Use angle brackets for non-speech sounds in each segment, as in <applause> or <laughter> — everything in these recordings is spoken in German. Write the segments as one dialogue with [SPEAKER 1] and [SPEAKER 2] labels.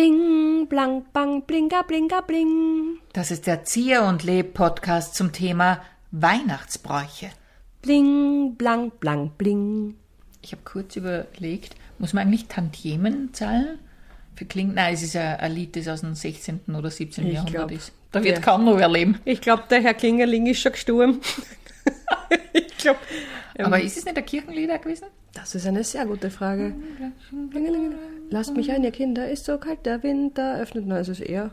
[SPEAKER 1] bling, blang, bang, blinga, blinga, bling.
[SPEAKER 2] Das ist der Zier- und Leb-Podcast zum Thema Weihnachtsbräuche.
[SPEAKER 1] Bling, blang, blang, bling.
[SPEAKER 2] Ich habe kurz überlegt, muss man eigentlich Tantiemen zahlen? Für Kling Nein, es ist ja ein Lied, das aus dem 16. oder 17.
[SPEAKER 1] Ich
[SPEAKER 2] Jahrhundert
[SPEAKER 1] glaub,
[SPEAKER 2] ist. Da wird
[SPEAKER 1] der-
[SPEAKER 2] kaum noch erleben.
[SPEAKER 1] Ich glaube, der Herr Klingerling ist schon gestorben. <laughs> ich glaube, Ähm,
[SPEAKER 2] Aber ist es nicht ein Kirchenlieder gewesen?
[SPEAKER 1] das ist eine sehr gute Frage. Lasst mich ein, ihr Kinder, ist so kalt der Winter. Öffnet, nein, es ist eher.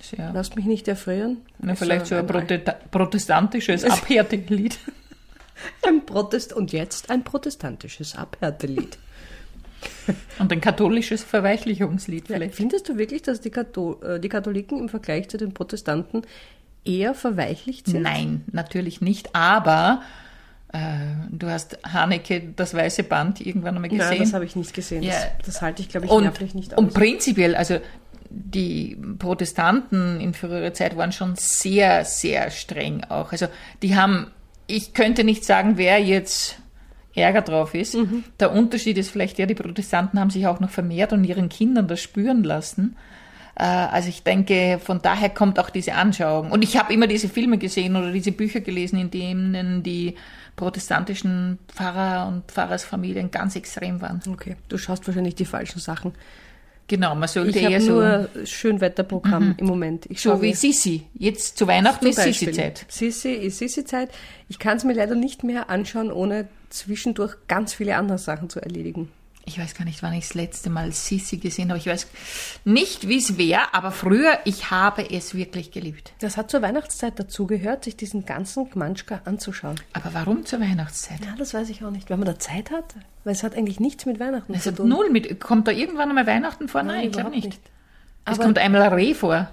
[SPEAKER 2] Sehr.
[SPEAKER 1] Lasst mich nicht erfrieren.
[SPEAKER 2] Na,
[SPEAKER 1] Ist
[SPEAKER 2] vielleicht so ein Proteta- protestantisches
[SPEAKER 1] <laughs>
[SPEAKER 2] Abhärtelied.
[SPEAKER 1] Ein Protest und jetzt ein protestantisches <laughs> Abhärtelied.
[SPEAKER 2] Und ein katholisches Verweichlichungslied vielleicht.
[SPEAKER 1] Findest du wirklich, dass die, Kathol äh, die Katholiken im Vergleich zu den Protestanten eher verweichlicht sind?
[SPEAKER 2] Nein, natürlich nicht, aber äh, du hast Haneke, das weiße Band, irgendwann einmal
[SPEAKER 1] Nein,
[SPEAKER 2] gesehen.
[SPEAKER 1] das habe ich nicht gesehen. um
[SPEAKER 2] Ja.
[SPEAKER 1] Das, das halte ich, glaube ich, nervlich nicht aus.
[SPEAKER 2] und prinzipiell, also die Protestanten in früherer Zeit waren schon sehr, sehr streng auch. Also die haben, ich könnte nicht sagen, wer jetzt Ärger drauf ist.
[SPEAKER 1] Mhm.
[SPEAKER 2] Der Unterschied ist vielleicht der, die Protestanten haben sich auch noch vermehrt und ihren Kindern das spüren lassen. Äh, Also ich denke, von daher kommt auch diese Anschauung. Und ich habe immer diese Filme gesehen oder diese Bücher gelesen, in denen die protestantischen Pfarrer und Pfarrersfamilien ganz extrem waren.
[SPEAKER 1] okay, du schaust wahrscheinlich die falschen Sachen.
[SPEAKER 2] Genau, man sollte
[SPEAKER 1] Ich
[SPEAKER 2] eher
[SPEAKER 1] habe
[SPEAKER 2] so,
[SPEAKER 1] nur Schönwetterprogramm im Moment. Ich schaue
[SPEAKER 2] so wie
[SPEAKER 1] mir-
[SPEAKER 2] Sissi. Jetzt zu Weihnachten
[SPEAKER 1] Zum
[SPEAKER 2] ist
[SPEAKER 1] Beispiel.
[SPEAKER 2] Sissi-Zeit.
[SPEAKER 1] Sissi ist Sissi-Zeit. Ich kann es mir leider nicht mehr anschauen, ohne zwischendurch ganz viele andere Sachen zu erledigen.
[SPEAKER 2] Ich weiß gar nicht, wann ich das letzte Mal Sissi gesehen habe. Ich weiß nicht, wie es wäre, aber früher, ich habe es wirklich geliebt.
[SPEAKER 1] Das hat zur Weihnachtszeit dazugehört, sich diesen ganzen Gmanschka anzuschauen.
[SPEAKER 2] Aber warum zur Weihnachtszeit?
[SPEAKER 1] Ja, das weiß ich auch nicht, weil man da Zeit hat. Weil es hat eigentlich nichts mit Weihnachten
[SPEAKER 2] Es
[SPEAKER 1] zu
[SPEAKER 2] hat
[SPEAKER 1] tun.
[SPEAKER 2] null mit, kommt da irgendwann einmal Weihnachten vor? Nein, ich glaube
[SPEAKER 1] überhaupt
[SPEAKER 2] nicht. Es
[SPEAKER 1] Aber-
[SPEAKER 2] kommt einmal ein Reh vor.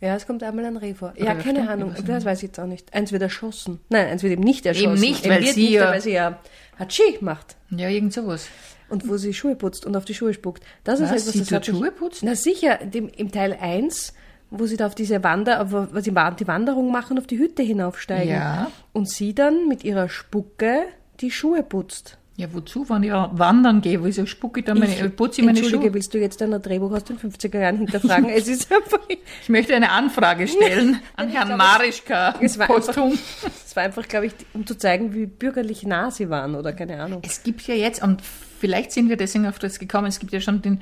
[SPEAKER 1] Ja, es kommt einmal ein Reh vor. Ja,
[SPEAKER 2] Oder
[SPEAKER 1] keine
[SPEAKER 2] stimmt,
[SPEAKER 1] Ahnung.
[SPEAKER 2] ich weiß
[SPEAKER 1] Das weiß ich jetzt auch nicht. Eins wird erschossen. Nein, eins wird eben nicht erschossen.
[SPEAKER 2] nicht, weil
[SPEAKER 1] wird
[SPEAKER 2] sie ja-
[SPEAKER 1] Weil sie ja Hatschi macht.
[SPEAKER 2] Ja, irgend sowas.
[SPEAKER 1] Und wo sie Schuhe putzt und auf die Schuhe spuckt. Das ist
[SPEAKER 2] Was?
[SPEAKER 1] etwas,
[SPEAKER 2] Sie
[SPEAKER 1] das
[SPEAKER 2] tut
[SPEAKER 1] hat mich-
[SPEAKER 2] Schuhe putzen?
[SPEAKER 1] Na sicher, dem, im Teil 1, wo sie da auf diese Wander, wo wo sie wa- die Wanderung machen, auf die Hütte hinaufsteigen.
[SPEAKER 2] Ja.
[SPEAKER 1] Und sie dann mit ihrer Spucke die Schuhe putzt.
[SPEAKER 2] Ja, wozu, wenn ich auch wandern gehe? Wieso spucke ich dann meine, ich, putze ich meine
[SPEAKER 1] Entschuldige,
[SPEAKER 2] Schuhe?
[SPEAKER 1] willst du jetzt ein Drehbuch aus den 50er Jahren
[SPEAKER 2] <laughs>
[SPEAKER 1] hinterfragen? es ist einfach... <laughs>
[SPEAKER 2] Ich möchte eine Anfrage stellen an Herrn Marischka.
[SPEAKER 1] es war
[SPEAKER 2] posthum.
[SPEAKER 1] Es war einfach, glaube ich, um zu zeigen, wie bürgerlich nah sie waren oder keine Ahnung.
[SPEAKER 2] Es gibt ja jetzt, und vielleicht sind wir deswegen auf das gekommen, es gibt ja schon den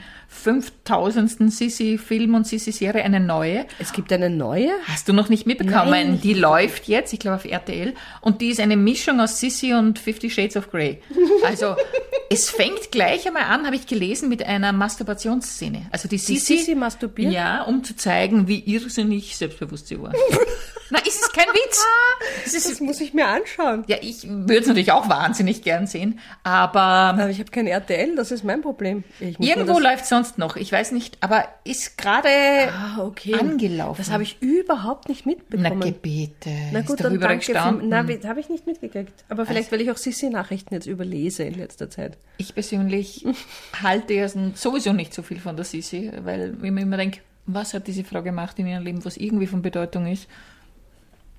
[SPEAKER 2] 5000. Sissi-Film und Sissi-Serie, eine neue.
[SPEAKER 1] Es gibt eine neue.
[SPEAKER 2] Hast du noch nicht mitbekommen?
[SPEAKER 1] Nein.
[SPEAKER 2] Die läuft jetzt, ich glaube auf RTL, und die ist eine Mischung aus Sissi und Fifty Shades of Grey. <laughs> Also es fängt gleich einmal an, habe ich gelesen, mit einer Masturbationsszene. Also die Sissi,
[SPEAKER 1] Sissi masturbiert?
[SPEAKER 2] Ja, um zu zeigen, wie irrsinnig selbstbewusst sie <laughs> war. Na, ist es kein <laughs> Witz? Es ist,
[SPEAKER 1] Das muss ich mir anschauen.
[SPEAKER 2] ja, ich würde es natürlich auch wahnsinnig gern sehen, aber
[SPEAKER 1] Aber ich habe kein RTL, das ist mein Problem. Ich muss mir
[SPEAKER 2] Irgendwo
[SPEAKER 1] das,
[SPEAKER 2] läuft sonst noch, ich weiß nicht, aber ist gerade
[SPEAKER 1] ah, okay.
[SPEAKER 2] angelaufen.
[SPEAKER 1] Das habe ich überhaupt nicht
[SPEAKER 2] Na
[SPEAKER 1] mitbekommen.
[SPEAKER 2] Gebete,
[SPEAKER 1] Na gut,
[SPEAKER 2] ist
[SPEAKER 1] dann
[SPEAKER 2] darüber
[SPEAKER 1] danke. Für,
[SPEAKER 2] gestanden. Also-
[SPEAKER 1] na, we- habe ich nicht mitgekriegt. Aber vielleicht, weil ich auch Sissi-Nachrichten jetzt überlese in letzter Zeit.
[SPEAKER 2] ich
[SPEAKER 1] <laughs>
[SPEAKER 2] persönlich halte ja sowieso nicht so viel von der Sisi, weil ich mir immer denke, was hat diese Frau gemacht in ihrem Leben, was irgendwie von Bedeutung ist?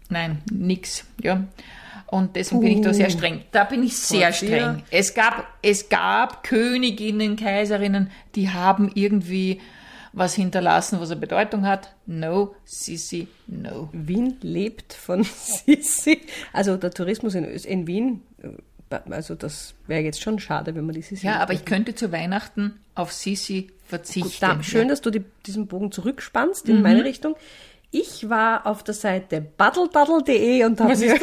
[SPEAKER 2] Nein, nix, ja. Und deswegen bin ich da sehr streng. Da bin ich sehr
[SPEAKER 1] Voll
[SPEAKER 2] streng. Es gab, es gab Königinnen, Kaiserinnen, die haben irgendwie was hinterlassen, was eine Bedeutung hat. No, Sisi, no.
[SPEAKER 1] Wien lebt von <laughs> Sissi. Also der Tourismus in, Ös- in Wien, äh, also das wäre jetzt schon schade, wenn man die Sissi
[SPEAKER 2] Ja,
[SPEAKER 1] nicht
[SPEAKER 2] aber ich könnte zu Weihnachten auf Sisi verzichten.
[SPEAKER 1] Gut, da, schön, dass du die, diesen Bogen zurückspannst in
[SPEAKER 2] Mhm.
[SPEAKER 1] meine Richtung. Ich war auf der Seite battledaddle.de und habe mir,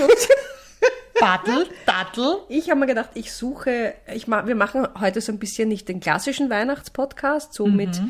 [SPEAKER 2] Daddel, Daddel.
[SPEAKER 1] <laughs> ich habe mir gedacht, ich suche, ich ma, wir machen heute so ein bisschen nicht den klassischen Weihnachtspodcast, so mit,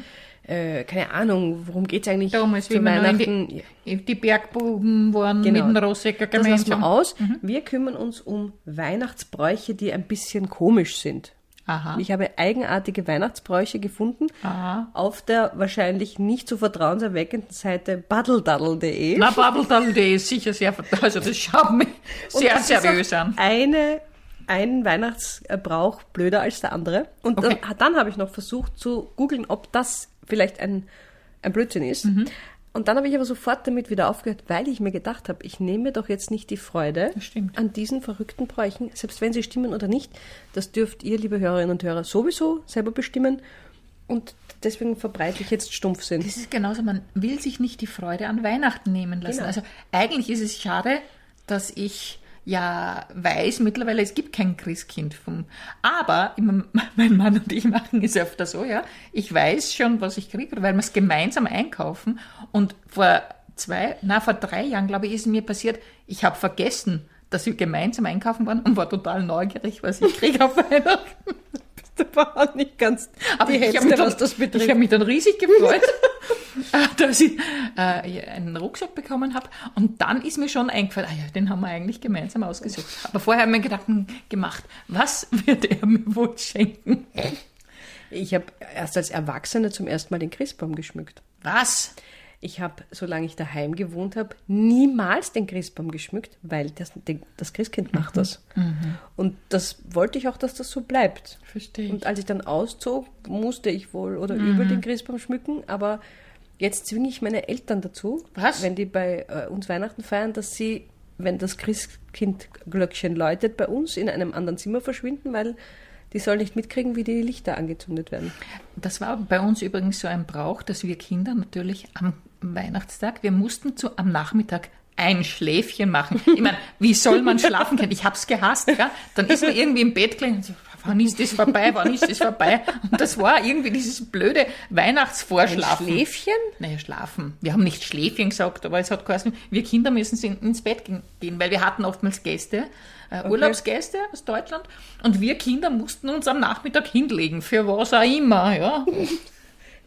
[SPEAKER 1] äh, keine Ahnung, worum geht's eigentlich
[SPEAKER 2] Mhm. Darum ist
[SPEAKER 1] zu
[SPEAKER 2] wie man
[SPEAKER 1] Weihnachten?
[SPEAKER 2] in die, die Bergbuben waren
[SPEAKER 1] Genau.
[SPEAKER 2] mit dem Rossecker
[SPEAKER 1] das lassen wir
[SPEAKER 2] gemeinsam.
[SPEAKER 1] aus. Wir kümmern uns um Weihnachtsbräuche, die ein bisschen komisch sind.
[SPEAKER 2] Aha.
[SPEAKER 1] Ich habe eigenartige Weihnachtsbräuche gefunden
[SPEAKER 2] Aha.
[SPEAKER 1] auf der wahrscheinlich nicht so vertrauenserweckenden Seite battledaddle.de.
[SPEAKER 2] Na, Babbeldaddel.de ist sicher sehr, ver- also das schaut mich
[SPEAKER 1] Und
[SPEAKER 2] sehr
[SPEAKER 1] das ist
[SPEAKER 2] seriös
[SPEAKER 1] auch
[SPEAKER 2] an.
[SPEAKER 1] Eine, ein Weihnachtsbrauch blöder als der andere. Und äh,
[SPEAKER 2] Okay.
[SPEAKER 1] dann, dann habe ich noch versucht zu googeln, ob das vielleicht ein, ein Blödsinn ist.
[SPEAKER 2] Mhm.
[SPEAKER 1] Und dann habe ich aber sofort damit wieder aufgehört, weil ich mir gedacht habe, ich nehme doch jetzt nicht die Freude
[SPEAKER 2] Das stimmt.
[SPEAKER 1] an diesen verrückten Bräuchen, selbst wenn sie stimmen oder nicht. Das dürft ihr, liebe Hörerinnen und Hörer, sowieso selber bestimmen. Und deswegen verbreite ich jetzt Stumpfsinn.
[SPEAKER 2] Das ist genauso, man will sich nicht die Freude an Weihnachten nehmen lassen.
[SPEAKER 1] Genau.
[SPEAKER 2] Also eigentlich ist es schade, dass ich ja weiß mittlerweile, es gibt kein Christkind vom. Aber immer, <laughs> mein Mann und ich machen es öfter so, ja. Ich weiß schon, was ich kriege, weil wir es gemeinsam einkaufen. Und vor zwei, na vor drei Jahren, glaube ich, ist mir passiert, ich habe vergessen, dass wir gemeinsam einkaufen waren und war total neugierig, was ich kriege auf <laughs> Weihnachten.
[SPEAKER 1] Das war auch nicht ganz
[SPEAKER 2] Aber ich habe mich, dann- ich hab mich dann riesig gefreut, <laughs> äh, dass ich äh, einen Rucksack bekommen habe. Und dann ist mir schon eingefallen, ah ja, den haben wir eigentlich gemeinsam ausgesucht. Aber vorher haben wir Gedanken gemacht, was <laughs> wird er mir wohl schenken?
[SPEAKER 1] Ich habe erst als Erwachsene zum ersten Mal den Christbaum geschmückt.
[SPEAKER 2] Was?
[SPEAKER 1] Ich habe, solange ich daheim gewohnt habe, niemals den Christbaum geschmückt, weil das, den- das Christkind macht das. Und das wollte ich auch, dass das so bleibt.
[SPEAKER 2] Verstehe
[SPEAKER 1] Und als ich dann auszog, musste ich wohl oder übel den Christbaum schmücken, aber jetzt zwinge ich meine Eltern dazu,
[SPEAKER 2] Was?
[SPEAKER 1] wenn die bei äh, uns Weihnachten feiern, dass sie, wenn das Christkindglöckchen läutet, bei uns in einem anderen Zimmer verschwinden, weil die sollen nicht mitkriegen, wie die Lichter angezündet werden.
[SPEAKER 2] Das war bei uns übrigens so ein Brauch, dass wir Kinder natürlich am Weihnachtstag, wir mussten zu, am Nachmittag ein Schläfchen machen. Ich meine, wie soll man schlafen können? Ich hab's gehasst, ja? Dann ist man irgendwie im Bett gelegen und so, wann ist das vorbei, wann ist das vorbei? Und das war irgendwie dieses blöde Weihnachtsvorschlafen.
[SPEAKER 1] Schläfchen?
[SPEAKER 2] Naja, schlafen. Wir haben nicht Schläfchen gesagt, aber es hat geheißen, wir Kinder müssen sin- ins Bett ge- gehen, weil wir hatten oftmals Gäste, äh, Urlaubsgäste aus Deutschland und wir Kinder mussten uns am Nachmittag hinlegen, für was auch immer, ja.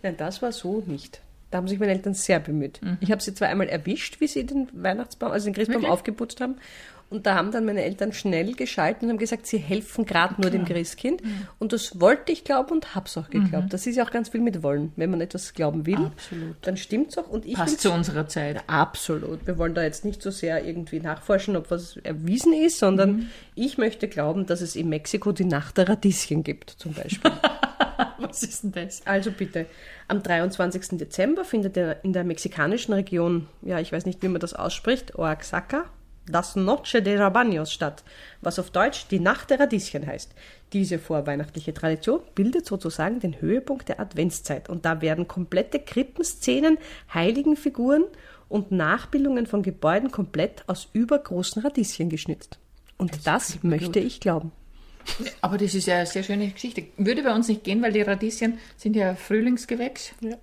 [SPEAKER 1] Nein, das war so nicht. Da haben sich meine Eltern sehr bemüht. Ich habe sie zwar einmal erwischt, wie sie den Weihnachtsbaum, also den Christbaum
[SPEAKER 2] Mhm. Wirklich?
[SPEAKER 1] aufgeputzt haben. Und da haben dann meine Eltern schnell geschalten und haben gesagt, sie helfen gerade nur dem Christkind.
[SPEAKER 2] Mhm.
[SPEAKER 1] Und das wollte ich glauben und hab's auch geglaubt. Das ist ja auch ganz viel mit Wollen. Wenn man etwas glauben will,
[SPEAKER 2] Absolut.
[SPEAKER 1] dann stimmt's auch. Und ich
[SPEAKER 2] Passt
[SPEAKER 1] will's-
[SPEAKER 2] zu unserer Zeit.
[SPEAKER 1] Absolut. Wir wollen da jetzt nicht so sehr irgendwie nachforschen, ob was erwiesen ist, sondern
[SPEAKER 2] Mhm.
[SPEAKER 1] ich möchte glauben, dass es in Mexiko die Nacht der Radieschen gibt, zum Beispiel.
[SPEAKER 2] <laughs> Was ist denn das?
[SPEAKER 1] Also bitte, am 23. Dezember findet der- in der mexikanischen Region, ja, ich weiß nicht, wie man das ausspricht, Oaxaca, das Noche de Rabaños statt, was auf Deutsch die Nacht der Radieschen heißt. Diese vorweihnachtliche Tradition bildet sozusagen den Höhepunkt der Adventszeit und da werden komplette Krippenszenen, Heiligenfiguren und Nachbildungen von Gebäuden komplett aus übergroßen Radieschen geschnitzt. Und das möchte ich glauben.
[SPEAKER 2] Aber das ist ja eine sehr schöne Geschichte. Würde bei uns nicht gehen, weil die Radieschen sind ja Frühlingsgewächs.
[SPEAKER 1] Ja.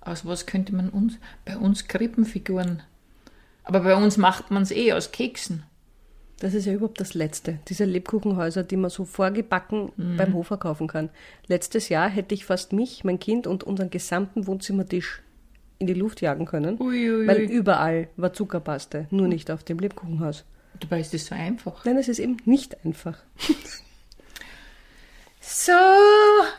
[SPEAKER 2] Aus was könnte man uns, bei uns Krippenfiguren. Aber bei uns macht man es eh aus Keksen.
[SPEAKER 1] Das ist ja überhaupt das Letzte. Diese Lebkuchenhäuser, die man so vorgebacken
[SPEAKER 2] Mhm.
[SPEAKER 1] beim Hofer kaufen kann. Letztes Jahr hätte ich fast mich, mein Kind und unseren gesamten Wohnzimmertisch in die Luft jagen können,
[SPEAKER 2] Ui, ui,
[SPEAKER 1] weil
[SPEAKER 2] ui.
[SPEAKER 1] überall war Zuckerpaste, nur nicht auf dem Lebkuchenhaus.
[SPEAKER 2] Dabei ist das so einfach.
[SPEAKER 1] Nein, es ist eben nicht einfach.
[SPEAKER 2] So,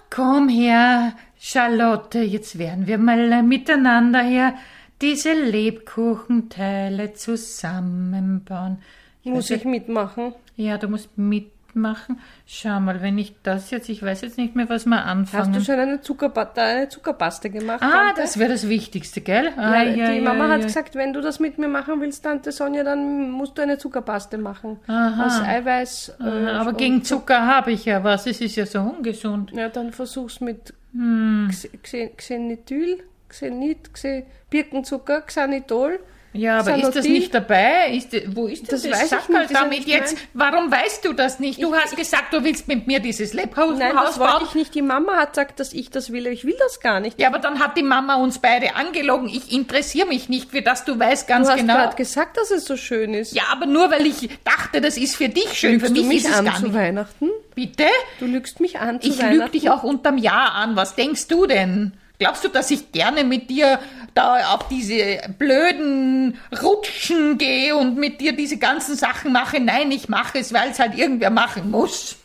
[SPEAKER 2] komm her, Charlotte, jetzt werden wir mal miteinander hier diese Lebkuchenteile zusammenbauen. Ich weiß
[SPEAKER 1] Muss ich mitmachen?
[SPEAKER 2] Ja, du musst mitmachen. Schau mal, wenn ich das jetzt, ich weiß jetzt nicht mehr, was wir
[SPEAKER 1] Hast du
[SPEAKER 2] anfangen.
[SPEAKER 1] schon eine, Zuckerpa eine Zuckerpaste gemacht?
[SPEAKER 2] Ah,
[SPEAKER 1] Tante?
[SPEAKER 2] das wäre das Wichtigste, gell? Ah,
[SPEAKER 1] Ja, die Mama hat
[SPEAKER 2] ja.
[SPEAKER 1] gesagt, wenn du das mit mir machen willst, Tante Sonja, dann musst du eine Zuckerpaste machen.
[SPEAKER 2] Aha.
[SPEAKER 1] Aus Eiweiß. äh,
[SPEAKER 2] Ah, Aber
[SPEAKER 1] und-
[SPEAKER 2] gegen Zucker habe ich ja was. Es ist ja so ungesund.
[SPEAKER 1] Ja, dann versuch's mit
[SPEAKER 2] Hm.
[SPEAKER 1] Xe- Xe- Xenityl, Xenit, Xe Birkenzucker, Xanitol.
[SPEAKER 2] Ja, aber ist das
[SPEAKER 1] Xanotil.
[SPEAKER 2] nicht dabei? Ist, wo ist denn das,
[SPEAKER 1] Das weiß ich
[SPEAKER 2] Sackerl
[SPEAKER 1] nicht, das
[SPEAKER 2] damit
[SPEAKER 1] ist nicht
[SPEAKER 2] jetzt? Warum weißt du das nicht? Du hast gesagt, du willst mit mir dieses Lebhaus
[SPEAKER 1] Nein, das wollte
[SPEAKER 2] bauen.
[SPEAKER 1] ich nicht. Die Mama hat gesagt, dass ich das will. Ich will das gar nicht.
[SPEAKER 2] Ja, aber dann hat die Mama uns beide angelogen. Ich interessiere mich nicht für das. Du weißt
[SPEAKER 1] Du
[SPEAKER 2] ganz
[SPEAKER 1] hast
[SPEAKER 2] genau.
[SPEAKER 1] gerade gesagt, dass es so schön ist.
[SPEAKER 2] Ja, aber nur weil ich dachte, das ist für dich schön.
[SPEAKER 1] lügst
[SPEAKER 2] für
[SPEAKER 1] du
[SPEAKER 2] mich,
[SPEAKER 1] mich
[SPEAKER 2] ist es
[SPEAKER 1] an
[SPEAKER 2] gar
[SPEAKER 1] zu
[SPEAKER 2] nicht.
[SPEAKER 1] Weihnachten?
[SPEAKER 2] Bitte?
[SPEAKER 1] Du lügst mich an zu
[SPEAKER 2] Ich
[SPEAKER 1] Weihnachten?
[SPEAKER 2] lüge dich auch unterm Jahr an. Was denkst du denn? Glaubst du, dass ich gerne mit dir da auf diese blöden Rutschen gehe und mit dir diese ganzen Sachen mache? Nein, ich mache es, weil es halt irgendwer machen muss.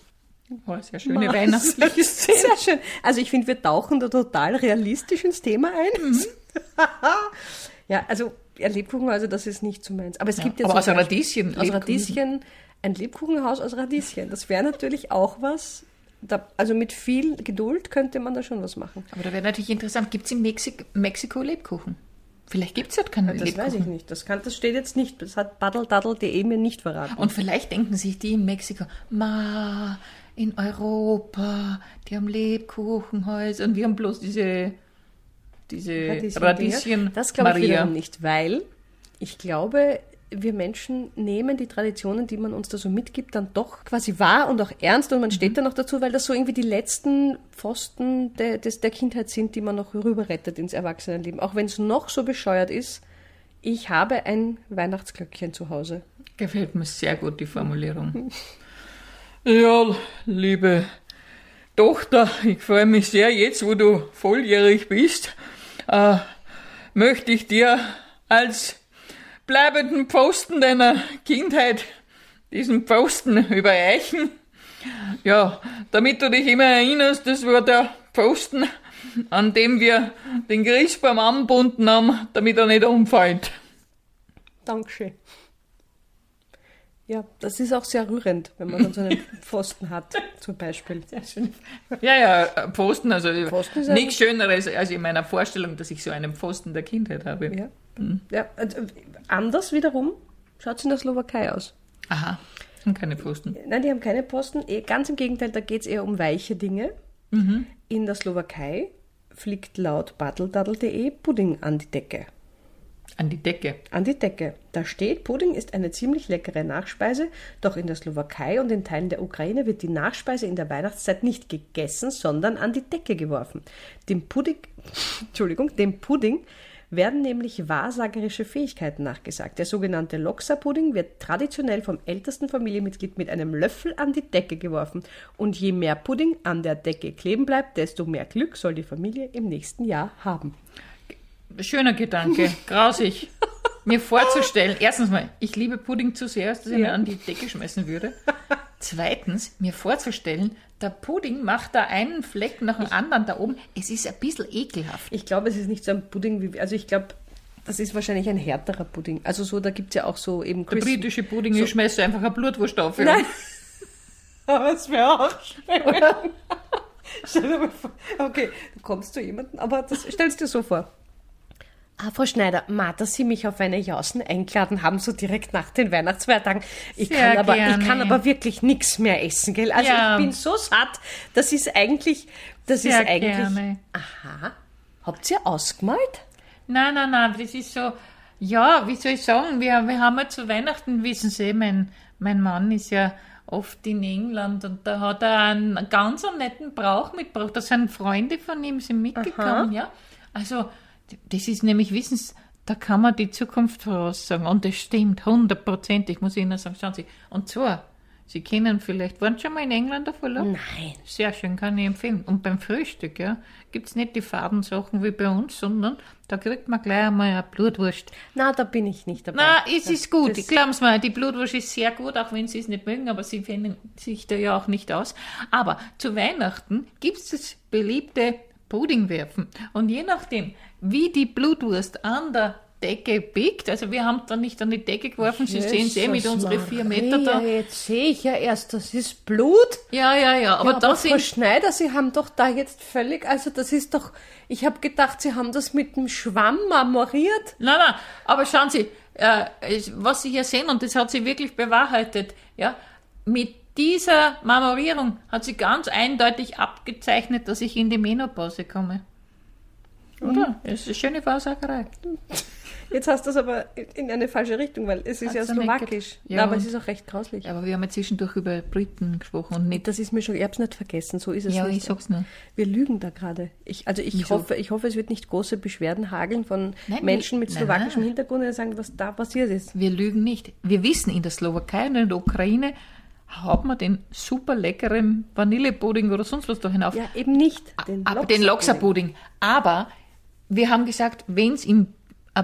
[SPEAKER 2] Oh, sehr schöne
[SPEAKER 1] <laughs>
[SPEAKER 2] weihnachtliche Szene.
[SPEAKER 1] Sehr schön. Also ich finde, wir tauchen da total realistisch ins Thema ein.
[SPEAKER 2] Mhm.
[SPEAKER 1] <laughs> ja, also ja, Lebkuchenhäuser, das ist nicht so meins. Aber es gibt ja
[SPEAKER 2] aber also
[SPEAKER 1] so
[SPEAKER 2] aus Radieschen,
[SPEAKER 1] Aus
[SPEAKER 2] Lebkuchen.
[SPEAKER 1] Radieschen, ein Lebkuchenhaus aus Radieschen. Das wäre natürlich auch was. Da, also mit viel Geduld könnte man da schon was machen.
[SPEAKER 2] Aber da wäre natürlich interessant, gibt es in Mexik Mexiko Lebkuchen? Vielleicht gibt es dort keinen
[SPEAKER 1] Das
[SPEAKER 2] Lebkuchen.
[SPEAKER 1] weiß ich nicht. Das, kann, das steht jetzt nicht. Das hat baddeldaddel.de E mir nicht verraten.
[SPEAKER 2] Und vielleicht denken sich die in Mexiko, ma, in Europa, die haben Lebkuchenhäuser und wir haben bloß diese diese Radieschen.
[SPEAKER 1] Das glaube ich
[SPEAKER 2] Maria.
[SPEAKER 1] wiederum nicht, weil ich glaube, wir Menschen nehmen die Traditionen, die man uns da so mitgibt, dann doch quasi wahr und auch ernst und man
[SPEAKER 2] Mhm.
[SPEAKER 1] steht dann noch dazu, weil das so irgendwie die letzten Pfosten der, des, der Kindheit sind, die man noch rüberrettet ins Erwachsenenleben. Auch wenn es noch so bescheuert ist, ich habe ein Weihnachtsglöckchen zu Hause.
[SPEAKER 2] Gefällt mir sehr gut, die Formulierung. Ja, liebe Tochter, ich freue mich sehr, jetzt wo du volljährig bist, äh, möchte ich dir als bleibenden Posten deiner Kindheit diesen Posten überreichen. Ja, damit du dich immer erinnerst, das war der Posten, an dem wir den Christbaum anbunden haben, damit er nicht umfällt.
[SPEAKER 1] Dankeschön. Ja, das ist auch sehr rührend, wenn man dann so
[SPEAKER 2] <laughs>
[SPEAKER 1] einen Pfosten hat, zum Beispiel.
[SPEAKER 2] Ja, ja, Pfosten, also
[SPEAKER 1] Pfosten ist
[SPEAKER 2] nichts Schöneres als in meiner Vorstellung, dass ich so einen Pfosten der Kindheit habe.
[SPEAKER 1] Ja. ja. und, äh, Anders wiederum schaut es in der Slowakei aus.
[SPEAKER 2] Aha, und keine Pfosten.
[SPEAKER 1] Nein, die haben keine Posten. Eh, Ganz im Gegenteil, da geht es eher um weiche Dinge. In der Slowakei fliegt laut battledaddle.de Pudding an die Decke.
[SPEAKER 2] An die Decke.
[SPEAKER 1] An die Decke. Da steht, Pudding ist eine ziemlich leckere Nachspeise, doch in der Slowakei und in Teilen der Ukraine wird die Nachspeise in der Weihnachtszeit nicht gegessen, sondern an die Decke geworfen. Dem Pudding, <laughs> Entschuldigung, dem Pudding werden nämlich wahrsagerische Fähigkeiten nachgesagt. Der sogenannte Loksa-Pudding wird traditionell vom ältesten Familienmitglied mit einem Löffel an die Decke geworfen. Und je mehr Pudding an der Decke kleben bleibt, desto mehr Glück soll die Familie im nächsten Jahr haben. <laughs>
[SPEAKER 2] Schöner Gedanke, grausig. Mir vorzustellen, erstens mal, ich liebe Pudding zu sehr, dass ich mir an die Decke schmeißen würde. Zweitens, mir vorzustellen, der Pudding macht da einen Fleck nach dem anderen da oben. Es ist ein bisschen ekelhaft.
[SPEAKER 1] Ich glaube, es ist nicht so ein Pudding wie. Also ich glaube, das ist wahrscheinlich ein härterer Pudding. Also so, da gibt es ja auch so eben
[SPEAKER 2] Der
[SPEAKER 1] Crisp-
[SPEAKER 2] britische Pudding, ich schmeiße einfach eine Blutwurst auf.
[SPEAKER 1] <laughs>
[SPEAKER 2] ja.
[SPEAKER 1] Nein. Aber es wäre auch schwer.
[SPEAKER 2] <laughs>
[SPEAKER 1] Stell dir mal vor. Okay, du kommst zu jemandem, aber das stellst dir so vor. Ah, Frau Schneider, ma, dass Sie mich auf eine Jausen eingeladen haben, so direkt nach den Weihnachtsfeiertagen. Ich,
[SPEAKER 2] Sehr
[SPEAKER 1] kann aber, ich
[SPEAKER 2] gerne.
[SPEAKER 1] kann aber wirklich nichts mehr essen, gell? Also
[SPEAKER 2] Ja.
[SPEAKER 1] ich bin so satt, das ist eigentlich, das
[SPEAKER 2] Sehr
[SPEAKER 1] ist eigentlich...
[SPEAKER 2] gerne.
[SPEAKER 1] Aha, habt ihr ausgemalt?
[SPEAKER 2] Nein, nein, nein, das ist so, ja, wie soll ich sagen, wir, wir haben ja zu Weihnachten, wissen Sie, mein, mein Mann ist ja oft in England und da hat er einen ganz einen netten Brauch mitgebracht. Da sind Freunde von ihm sind mitgekommen, ja. Also, d- das ist nämlich, wissen Sie, da kann man die Zukunft voraussagen und das stimmt hundertprozentig, muss ich Ihnen sagen, schauen Sie. Und zwar, Sie kennen vielleicht, waren Sie schon mal in England auf Urlaub?
[SPEAKER 1] Nein.
[SPEAKER 2] Sehr schön, kann ich empfehlen. Und beim Frühstück, ja, gibt's nicht die Fadensachen wie bei uns, sondern da kriegt man gleich einmal eine Blutwurst.
[SPEAKER 1] Na, da bin ich nicht dabei.
[SPEAKER 2] Na, es ist gut.
[SPEAKER 1] das-
[SPEAKER 2] Glauben Sie mir, die Blutwurst ist sehr gut, auch wenn Sie es nicht mögen, aber Sie finden sich da ja auch nicht aus. Aber zu Weihnachten gibt's das beliebte Puddingwerfen. Und je nachdem, wie die Blutwurst an der Decke biegt, also wir haben da nicht an die Decke geworfen, Sie sehen es eh mit
[SPEAKER 1] Jesus
[SPEAKER 2] unseren vier Metern
[SPEAKER 1] Maria,
[SPEAKER 2] da.
[SPEAKER 1] Jetzt sehe ich ja erst, das ist Blut.
[SPEAKER 2] Ja, ja, ja, aber
[SPEAKER 1] ja,
[SPEAKER 2] da
[SPEAKER 1] aber Frau
[SPEAKER 2] sind
[SPEAKER 1] Schneider, Sie haben doch da jetzt völlig, also das ist doch, ich habe gedacht, Sie haben das mit dem Schwamm marmoriert.
[SPEAKER 2] Nein, nein, aber schauen Sie, äh, es- was Sie hier sehen, und das hat sie wirklich bewahrheitet, ja, mit dieser Marmorierung hat sie ganz eindeutig abgezeichnet, dass ich in die Menopause komme. Oder? Das ist eine schöne Wahrsagerei.
[SPEAKER 1] Jetzt hast du es aber in- in eine falsche Richtung, weil es ist
[SPEAKER 2] Hat's
[SPEAKER 1] ja
[SPEAKER 2] ja nicht
[SPEAKER 1] slowakisch.
[SPEAKER 2] ge-
[SPEAKER 1] Na,
[SPEAKER 2] Ja,
[SPEAKER 1] aber es
[SPEAKER 2] und-
[SPEAKER 1] ist auch recht grauslich.
[SPEAKER 2] Ja, aber wir haben ja zwischendurch über Briten gesprochen und nicht.
[SPEAKER 1] Das ist mir schon, ich hab's nicht vergessen, so ist es
[SPEAKER 2] Ja,
[SPEAKER 1] nicht.
[SPEAKER 2] ich sag's nur.
[SPEAKER 1] Wir lügen da gerade. Ich, also ich
[SPEAKER 2] Wieso?
[SPEAKER 1] hoffe, ich hoffe, es wird nicht große Beschwerden hageln von
[SPEAKER 2] Nein,
[SPEAKER 1] Menschen mit
[SPEAKER 2] nein,
[SPEAKER 1] slowakischem
[SPEAKER 2] nein.
[SPEAKER 1] Hintergrund, die sagen, was da passiert ist.
[SPEAKER 2] Wir lügen nicht. Wir wissen, in der Slowakei und in der Ukraine haben wir den super leckeren Vanillepudding oder sonst was da hinauf.
[SPEAKER 1] Ja, eben nicht.
[SPEAKER 2] aber Ah, den Loxa-Pudding. Aber wir haben gesagt, wenn es ein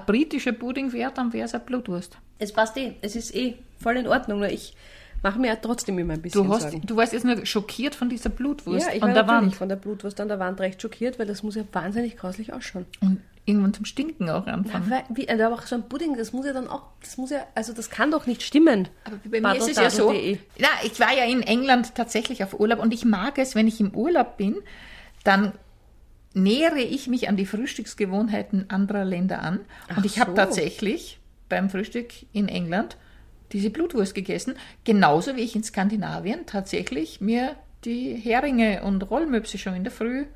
[SPEAKER 2] britischer Pudding wäre, dann wäre es eine Blutwurst.
[SPEAKER 1] Es passt eh. Es ist eh voll in Ordnung. Nur ich mache mir ja trotzdem immer ein bisschen
[SPEAKER 2] Du, hast,
[SPEAKER 1] Sorgen.
[SPEAKER 2] du warst jetzt nur schockiert von dieser Blutwurst
[SPEAKER 1] Ja, ich
[SPEAKER 2] an
[SPEAKER 1] war
[SPEAKER 2] der
[SPEAKER 1] natürlich
[SPEAKER 2] Wand.
[SPEAKER 1] von der Blutwurst an der Wand recht schockiert, weil das muss ja wahnsinnig grauslich ausschauen.
[SPEAKER 2] Und irgendwann zum Stinken auch anfangen.
[SPEAKER 1] Weil, wie, äh, aber auch so ein Pudding, das muss ja dann auch, das muss ja, also das kann doch nicht stimmen.
[SPEAKER 2] Aber bei mir ist es ja so.
[SPEAKER 1] Badeltadel.de.
[SPEAKER 2] Na, ich war ja in England tatsächlich auf Urlaub und ich mag es, wenn ich im Urlaub bin, dann nähere ich mich an die Frühstücksgewohnheiten anderer Länder an.
[SPEAKER 1] Ach
[SPEAKER 2] und ich habe
[SPEAKER 1] so.
[SPEAKER 2] tatsächlich beim Frühstück in England diese Blutwurst gegessen, genauso wie ich in Skandinavien tatsächlich mir die Heringe und Rollmöpse schon in der Früh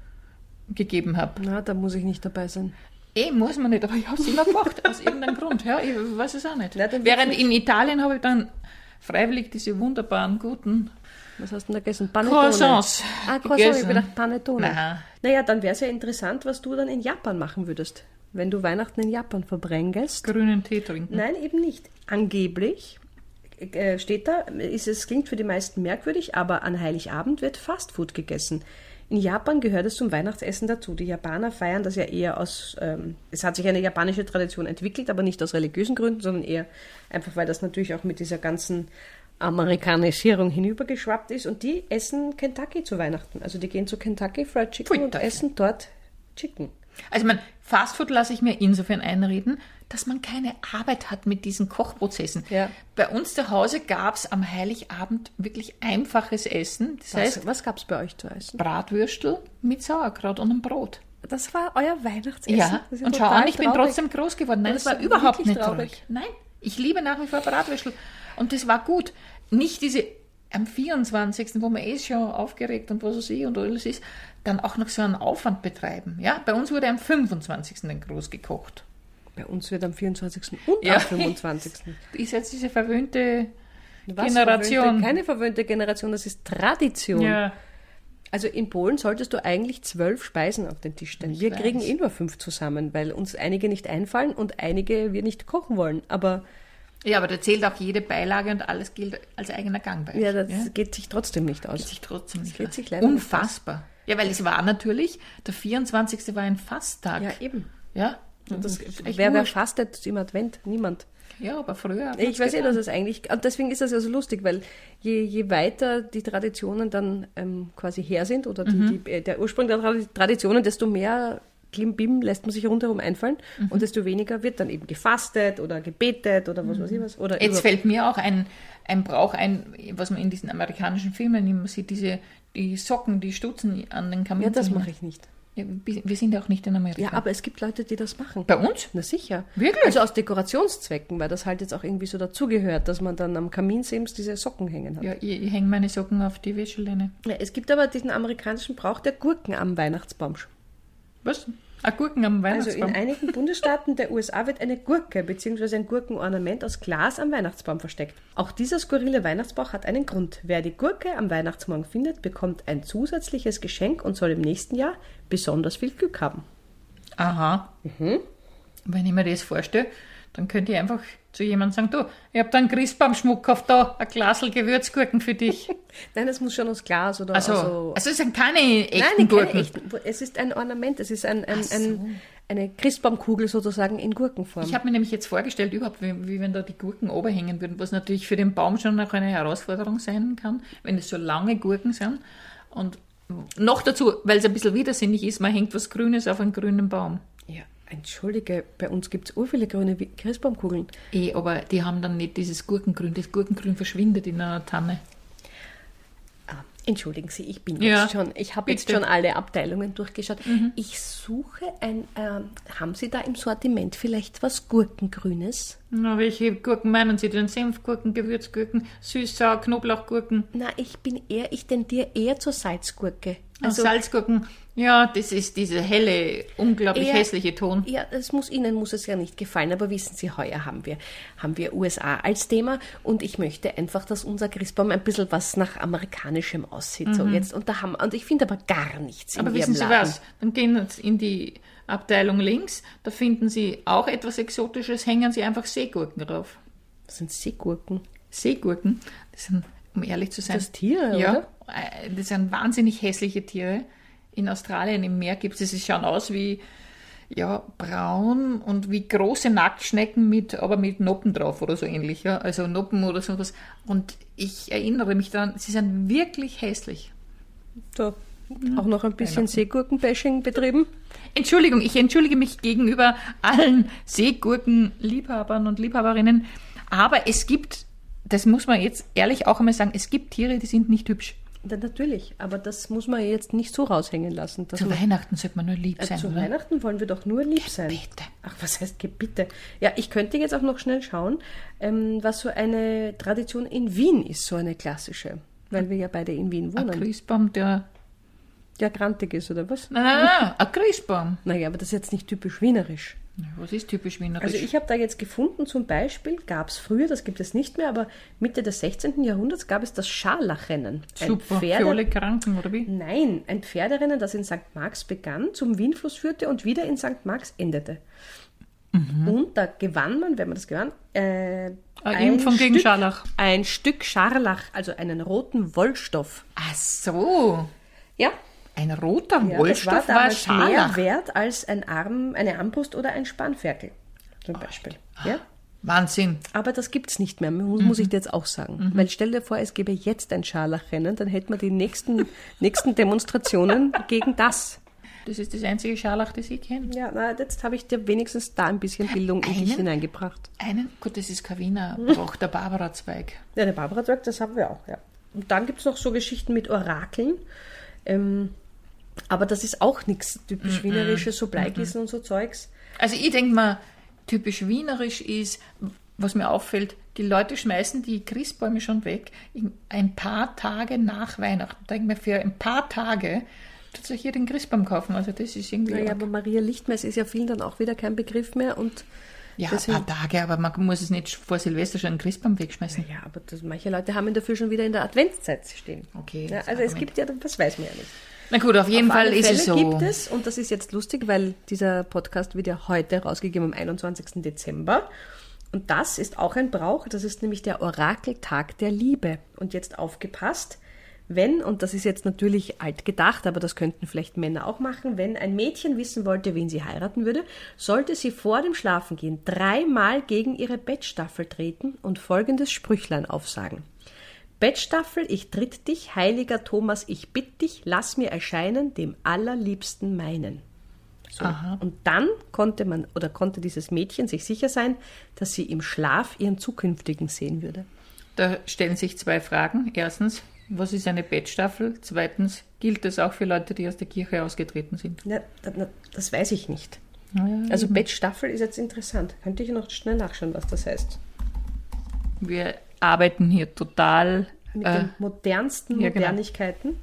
[SPEAKER 2] gegeben habe.
[SPEAKER 1] Na, da muss ich nicht dabei sein.
[SPEAKER 2] Eh, muss man nicht, aber ich habe es immer gemacht, aus irgendeinem Grund. Ja, ich weiß es auch nicht.
[SPEAKER 1] Na, dann
[SPEAKER 2] Während
[SPEAKER 1] wird's
[SPEAKER 2] in Italien habe ich dann freiwillig diese wunderbaren, guten
[SPEAKER 1] Was hast du denn da gegessen? Panettone.
[SPEAKER 2] Croissants
[SPEAKER 1] Ah, Croissant, ich
[SPEAKER 2] gegessen.
[SPEAKER 1] habe gedacht Panettone.
[SPEAKER 2] Nein.
[SPEAKER 1] Naja, dann wäre es ja interessant, was du dann in Japan machen würdest, wenn du Weihnachten in Japan verbrängest.
[SPEAKER 2] grünen Tee trinken.
[SPEAKER 1] Nein, eben nicht. Angeblich äh, steht da, ist, es klingt für die meisten merkwürdig, aber an Heiligabend wird Fastfood gegessen. In Japan gehört es zum Weihnachtsessen dazu. Die Japaner feiern das ja eher aus, ähm, es hat sich eine japanische Tradition entwickelt, aber nicht aus religiösen Gründen, sondern eher einfach, weil das natürlich auch mit dieser ganzen Amerikanisierung hinübergeschwappt ist. Und die essen Kentucky zu Weihnachten. Also die gehen zu Kentucky Fried Chicken
[SPEAKER 2] Pfui,
[SPEAKER 1] und
[SPEAKER 2] da-
[SPEAKER 1] essen dort Chicken.
[SPEAKER 2] Also man, Fastfood lasse ich mir insofern einreden, dass man keine Arbeit hat mit diesen Kochprozessen.
[SPEAKER 1] Ja.
[SPEAKER 2] Bei uns zu Hause gab es am Heiligabend wirklich einfaches Essen. Das heißt
[SPEAKER 1] Was, was gab es bei euch zu essen?
[SPEAKER 2] Bratwürstel mit Sauerkraut und einem Brot.
[SPEAKER 1] Das war euer Weihnachtsessen.
[SPEAKER 2] Ja,
[SPEAKER 1] Das ist
[SPEAKER 2] und schau
[SPEAKER 1] total
[SPEAKER 2] an, ich bin
[SPEAKER 1] traurig.
[SPEAKER 2] trotzdem groß geworden. Nein,
[SPEAKER 1] Das
[SPEAKER 2] das war
[SPEAKER 1] ist
[SPEAKER 2] überhaupt
[SPEAKER 1] wirklich
[SPEAKER 2] nicht
[SPEAKER 1] traurig.
[SPEAKER 2] traurig. Nein, ich liebe nach wie vor Bratwürstel. Und das war gut. Nicht diese am 24., wo man eh schon aufgeregt und was weiß ich und alles ist, dann auch noch so einen Aufwand betreiben. Ja, bei uns wurde am 25. dann groß gekocht.
[SPEAKER 1] Bei uns wird am 24. und
[SPEAKER 2] Ja.
[SPEAKER 1] am 25.
[SPEAKER 2] <laughs> Ist jetzt diese verwöhnte
[SPEAKER 1] Was
[SPEAKER 2] Generation.
[SPEAKER 1] Verwöhnte, keine verwöhnte Generation, das ist Tradition.
[SPEAKER 2] ja.
[SPEAKER 1] Also in Polen solltest du eigentlich zwölf Speisen auf den Tisch stellen.
[SPEAKER 2] Ich
[SPEAKER 1] wir
[SPEAKER 2] weiß.
[SPEAKER 1] kriegen eh nur fünf zusammen, weil uns einige nicht einfallen und einige wir nicht kochen wollen. Aber
[SPEAKER 2] ja, aber da zählt auch jede Beilage und alles gilt als eigener Gang bei euch.
[SPEAKER 1] ja, das geht sich trotzdem nicht aus.
[SPEAKER 2] sich trotzdem nicht
[SPEAKER 1] geht
[SPEAKER 2] aus.
[SPEAKER 1] sich leider nicht aus.
[SPEAKER 2] Unfassbar. Ja, weil es war natürlich, der 24. war ein Fasttag.
[SPEAKER 1] Ja, eben.
[SPEAKER 2] Ja,
[SPEAKER 1] Und das,
[SPEAKER 2] ist echt
[SPEAKER 1] Mhm. wer, wer
[SPEAKER 2] wurscht.
[SPEAKER 1] fastet im Advent? Niemand.
[SPEAKER 2] Ja, aber früher. hat man's
[SPEAKER 1] Ich weiß eh,
[SPEAKER 2] getan.
[SPEAKER 1] dass es eigentlich, und deswegen ist das ja so lustig, weil je, je weiter die Traditionen dann ähm, quasi her sind oder die,
[SPEAKER 2] Mhm.
[SPEAKER 1] die, äh, der Ursprung der Tra- Traditionen, desto mehr Klimbim lässt man sich rundherum einfallen
[SPEAKER 2] Mhm.
[SPEAKER 1] und desto weniger wird dann eben gefastet oder gebetet oder was weiß ich was. Oder
[SPEAKER 2] Mhm. Jetzt
[SPEAKER 1] über-
[SPEAKER 2] fällt mir auch ein, ein Brauch ein, was man in diesen amerikanischen Filmen immer sieht, diese die Socken, die Stutzen an den Kamin.
[SPEAKER 1] ja, das mache ich nicht.
[SPEAKER 2] Ja, wir wir sind ja auch nicht in Amerika.
[SPEAKER 1] Ja, aber es gibt Leute, die das machen.
[SPEAKER 2] Bei uns?
[SPEAKER 1] Na sicher.
[SPEAKER 2] Wirklich?
[SPEAKER 1] Also aus Dekorationszwecken, weil das halt jetzt auch irgendwie so dazugehört, dass man dann am Kaminsims diese Socken hängen hat.
[SPEAKER 2] Ja, ich, ich hänge meine Socken auf die Wäscheleine.
[SPEAKER 1] Ja, es gibt aber diesen amerikanischen Brauch der Gurken am Weihnachtsbaum.
[SPEAKER 2] Was? Ah, Gurken am
[SPEAKER 1] Also in
[SPEAKER 2] Weihnachtsbaum.
[SPEAKER 1] einigen Bundesstaaten der USA wird eine Gurke bzw. ein Gurkenornament aus Glas am Weihnachtsbaum versteckt. Auch dieser skurrile Weihnachtsbrauch hat einen Grund. Wer die Gurke am Weihnachtsmorgen findet, bekommt ein zusätzliches Geschenk und soll im nächsten Jahr besonders viel Glück haben.
[SPEAKER 2] Aha.
[SPEAKER 1] Mhm.
[SPEAKER 2] Wenn ich mir das vorstelle, dann könnte ich einfach zu jemandem sagen, du, ich habe da einen Christbaumschmuck gekauft, da ein Glasel Gewürzgurken
[SPEAKER 1] <laughs>
[SPEAKER 2] für dich.
[SPEAKER 1] Nein, es muss schon aus Glas oder
[SPEAKER 2] Also, also,
[SPEAKER 1] also
[SPEAKER 2] es sind keine echten
[SPEAKER 1] Nein, keine
[SPEAKER 2] Gurken.
[SPEAKER 1] echten. Es ist ein Ornament, es ist ein, ein,
[SPEAKER 2] Ach so.
[SPEAKER 1] ein, eine Christbaumkugel sozusagen in Gurkenform.
[SPEAKER 2] Ich habe mir nämlich jetzt vorgestellt, überhaupt, wie, wie wenn da die Gurken oberhängen würden, was natürlich für den Baum schon auch eine Herausforderung sein kann, wenn es so lange Gurken sind. Und noch dazu, weil es ein bisschen widersinnig ist, man hängt was Grünes auf einen grünen Baum.
[SPEAKER 1] ja, entschuldige, bei uns gibt es urviele grüne Wi- Christbaumkugeln.
[SPEAKER 2] Eh, aber die haben dann nicht dieses Gurkengrün. Das Gurkengrün verschwindet in einer Tanne.
[SPEAKER 1] Ah, Entschuldigen Sie, ich bin
[SPEAKER 2] Ja,
[SPEAKER 1] jetzt schon, ich habe jetzt
[SPEAKER 2] bitte. Mhm.
[SPEAKER 1] schon alle Abteilungen durchgeschaut. Ich suche ein, ähm, haben Sie da im Sortiment vielleicht was Gurkengrünes?
[SPEAKER 2] Na, welche Gurken meinen Sie denn? Senfgurken, Gewürzgurken, süß-sauer, Knoblauchgurken,
[SPEAKER 1] Na, ich bin eher, ich tendiere eher zur Salzgurke.
[SPEAKER 2] also, Salzgurken. Ja, das ist dieser helle, unglaublich
[SPEAKER 1] Eher-
[SPEAKER 2] hässliche Ton.
[SPEAKER 1] Ja, es muss Ihnen muss es ja nicht gefallen, aber wissen Sie, heuer haben wir haben wir USA als Thema und ich möchte einfach, dass unser Christbaum ein bisschen was nach amerikanischem aussieht so jetzt und da haben und ich finde aber gar nichts
[SPEAKER 2] Mhm. Aber
[SPEAKER 1] in Ihrem
[SPEAKER 2] wissen Sie
[SPEAKER 1] Laden.
[SPEAKER 2] was? Dann gehen Sie in die Abteilung links, da finden Sie auch etwas Exotisches, hängen Sie einfach Seegurken drauf.
[SPEAKER 1] Das sind Seegurken.
[SPEAKER 2] Seegurken, das sind, um ehrlich zu sein,
[SPEAKER 1] Das Tiere,
[SPEAKER 2] ja,
[SPEAKER 1] oder?
[SPEAKER 2] äh, das sind wahnsinnig hässliche Tiere. In Australien im Meer gibt es, sie schauen aus wie ja, braun und wie große Nacktschnecken mit, aber mit Noppen drauf oder so ähnlich, ja. Also Noppen oder sowas. Und ich erinnere mich daran, sie sind wirklich hässlich.
[SPEAKER 1] So, auch noch ein
[SPEAKER 2] Genau.
[SPEAKER 1] bisschen Seegurkenbashing betrieben.
[SPEAKER 2] Entschuldigung, ich entschuldige mich gegenüber allen Seegurkenliebhabern und Liebhaberinnen, aber es gibt, das muss man jetzt ehrlich auch einmal sagen, es gibt Tiere, die sind nicht hübsch.
[SPEAKER 1] Na, natürlich, aber das muss man jetzt nicht so raushängen lassen. Dass
[SPEAKER 2] Zu
[SPEAKER 1] man,
[SPEAKER 2] Weihnachten sollte man nur lieb
[SPEAKER 1] äh,
[SPEAKER 2] sein,
[SPEAKER 1] zu
[SPEAKER 2] oder?
[SPEAKER 1] Weihnachten wollen wir doch nur lieb sein.
[SPEAKER 2] Bitte.
[SPEAKER 1] Ach, was heißt Gebitte? Ja, ich könnte jetzt auch noch schnell schauen, ähm, was so eine Tradition in Wien ist, so eine klassische, weil wir ja beide in Wien
[SPEAKER 2] Ein
[SPEAKER 1] wohnen.
[SPEAKER 2] Christbaum, der
[SPEAKER 1] der grantig ist, oder was?
[SPEAKER 2] Nein, nein, nein, ein Christbaum.
[SPEAKER 1] Naja, aber das ist jetzt nicht typisch wienerisch.
[SPEAKER 2] Was ist typisch wienerisch?
[SPEAKER 1] Also ich habe da jetzt gefunden, zum Beispiel gab es früher, das gibt es nicht mehr, aber Mitte des 16. Jahrhunderts gab es das Scharlachrennen. Ein
[SPEAKER 2] Super,
[SPEAKER 1] Pferde-
[SPEAKER 2] für alle Kranken, oder wie?
[SPEAKER 1] Nein, ein Pferderennen, das in St. Marx begann, zum Wienfluss führte und wieder in St. Marx endete.
[SPEAKER 2] Mhm.
[SPEAKER 1] Und da gewann man, wenn man das gewann, äh,
[SPEAKER 2] Impfung Ah, gegen
[SPEAKER 1] Stück,
[SPEAKER 2] Scharlach.
[SPEAKER 1] Ein Stück Scharlach, also einen roten Wollstoff.
[SPEAKER 2] Ach so,
[SPEAKER 1] Ja,
[SPEAKER 2] ein roter
[SPEAKER 1] ja das war
[SPEAKER 2] Wollstoff war,
[SPEAKER 1] damals mehr
[SPEAKER 2] Scharlach.
[SPEAKER 1] wert als ein Arm, eine Armbrust oder ein Spanferkel. Zum Beispiel. Ja?
[SPEAKER 2] Wahnsinn.
[SPEAKER 1] Aber das gibt es nicht mehr, mu- muss
[SPEAKER 2] Mhm.
[SPEAKER 1] ich dir jetzt auch sagen. Weil stell dir vor, es gäbe jetzt ein Scharlachrennen, dann hätten wir die nächsten, <laughs> nächsten Demonstrationen gegen das.
[SPEAKER 2] Das ist das einzige Scharlach, das ich kenne.
[SPEAKER 1] Ja, na, jetzt habe ich dir wenigstens da ein bisschen Bildung in dich
[SPEAKER 2] Einen?
[SPEAKER 1] hineingebracht.
[SPEAKER 2] Einen, gut, das ist
[SPEAKER 1] <laughs>
[SPEAKER 2] kein Wiener Brauch, der Barbara-Zweig.
[SPEAKER 1] Ja, der Barbara sagt, das haben wir auch, ja. Und dann gibt es noch so Geschichten mit Orakeln. Ähm, aber das ist auch nichts typisch Wienerisches, so Bleigießen und so Zeugs.
[SPEAKER 2] Also ich denke mal, typisch wienerisch ist, was mir auffällt, die Leute schmeißen die Christbäume schon weg in ein paar Tage nach Weihnachten. Ich denke mir, für ein paar Tage tut euch hier den Christbaum kaufen. Also das ist irgendwie...
[SPEAKER 1] Naja, aber Maria Lichtmess ist ja vielen dann auch wieder kein Begriff mehr. Und
[SPEAKER 2] ja, ein
[SPEAKER 1] deswegen-
[SPEAKER 2] paar Tage, aber man muss es nicht vor Silvester schon einen Christbaum wegschmeißen.
[SPEAKER 1] ja, aber das, manche Leute haben ihn dafür schon wieder in der Adventszeit stehen.
[SPEAKER 2] Okay,
[SPEAKER 1] Ja,
[SPEAKER 2] das
[SPEAKER 1] also es
[SPEAKER 2] Argument.
[SPEAKER 1] gibt ja, das weiß man ja nicht.
[SPEAKER 2] Na gut, auf jeden
[SPEAKER 1] Auf
[SPEAKER 2] Fall
[SPEAKER 1] alle
[SPEAKER 2] ist
[SPEAKER 1] Fälle
[SPEAKER 2] es so.
[SPEAKER 1] gibt es, und das ist jetzt lustig, weil dieser Podcast wird ja heute rausgegeben am 21. Dezember. Und das ist auch ein Brauch, das ist nämlich der Orakeltag der Liebe. Und jetzt aufgepasst, wenn, und das ist jetzt natürlich alt gedacht, aber das könnten vielleicht Männer auch machen, wenn ein Mädchen wissen wollte, wen sie heiraten würde, sollte sie vor dem Schlafengehen dreimal gegen ihre Bettstaffel treten und folgendes Sprüchlein aufsagen. Bettstaffel, ich tritt dich, heiliger Thomas, ich bitt dich, lass mir erscheinen, dem allerliebsten meinen. So.
[SPEAKER 2] Aha.
[SPEAKER 1] Und dann konnte man oder konnte dieses Mädchen sich sicher sein, dass sie im Schlaf ihren zukünftigen sehen würde.
[SPEAKER 2] Da stellen sich zwei Fragen. Erstens, was ist eine Bettstaffel? Zweitens, gilt das auch für Leute, die aus der Kirche ausgetreten sind?
[SPEAKER 1] Na, da- na, das weiß ich nicht. Also
[SPEAKER 2] Mhm.
[SPEAKER 1] Bettstaffel ist jetzt interessant. Könnte ich noch schnell nachschauen, was das heißt.
[SPEAKER 2] Wir arbeiten hier total.
[SPEAKER 1] Mit
[SPEAKER 2] Äh,
[SPEAKER 1] den modernsten
[SPEAKER 2] ja, genau.
[SPEAKER 1] Modernigkeiten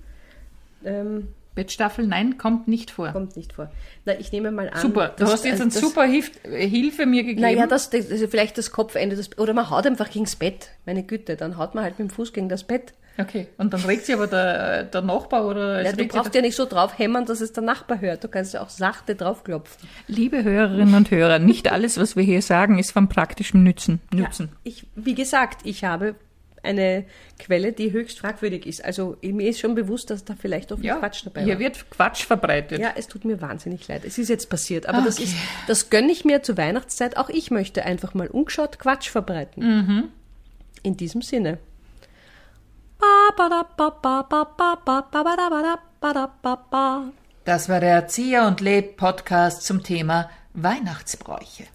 [SPEAKER 1] ähm,
[SPEAKER 2] Bettstaffel, nein, kommt nicht vor.
[SPEAKER 1] kommt nicht vor. Na, ich nehme mal an.
[SPEAKER 2] super, du
[SPEAKER 1] dass-
[SPEAKER 2] hast jetzt
[SPEAKER 1] also
[SPEAKER 2] eine
[SPEAKER 1] das-
[SPEAKER 2] super Hilf Hilfe mir gegeben.
[SPEAKER 1] Naja, das, das, also vielleicht das Kopfende. Das, oder man haut einfach gegens Bett. Meine Güte, dann haut man halt mit dem Fuß gegen das Bett.
[SPEAKER 2] okay, und dann regt sich aber der, der Nachbar oder.
[SPEAKER 1] Ja,
[SPEAKER 2] es
[SPEAKER 1] du
[SPEAKER 2] regt sich
[SPEAKER 1] brauchst ja nicht so drauf hämmern, dass es der Nachbar hört. Du kannst ja auch sachte draufklopfen.
[SPEAKER 2] der- Liebe Hörerinnen und Hörer, nicht alles, was wir hier sagen, ist von praktischem Nützen. Nutzen.
[SPEAKER 1] Ich, wie gesagt, ich habe eine Quelle, die höchst fragwürdig ist. Also mir ist schon bewusst, dass da vielleicht auch viel Quatsch dabei
[SPEAKER 2] hier
[SPEAKER 1] war.
[SPEAKER 2] wird Quatsch verbreitet.
[SPEAKER 1] Ja, es tut mir wahnsinnig leid. Es ist jetzt passiert. Aber das ist, das gönne ich mir zur Weihnachtszeit. Auch ich möchte einfach mal ungeschaut Quatsch verbreiten.
[SPEAKER 2] Mhm.
[SPEAKER 1] In diesem Sinne.
[SPEAKER 2] Das war der Erzieher und Leb Podcast zum Thema Weihnachtsbräuche.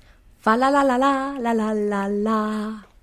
[SPEAKER 1] Fa la la la la la la la la.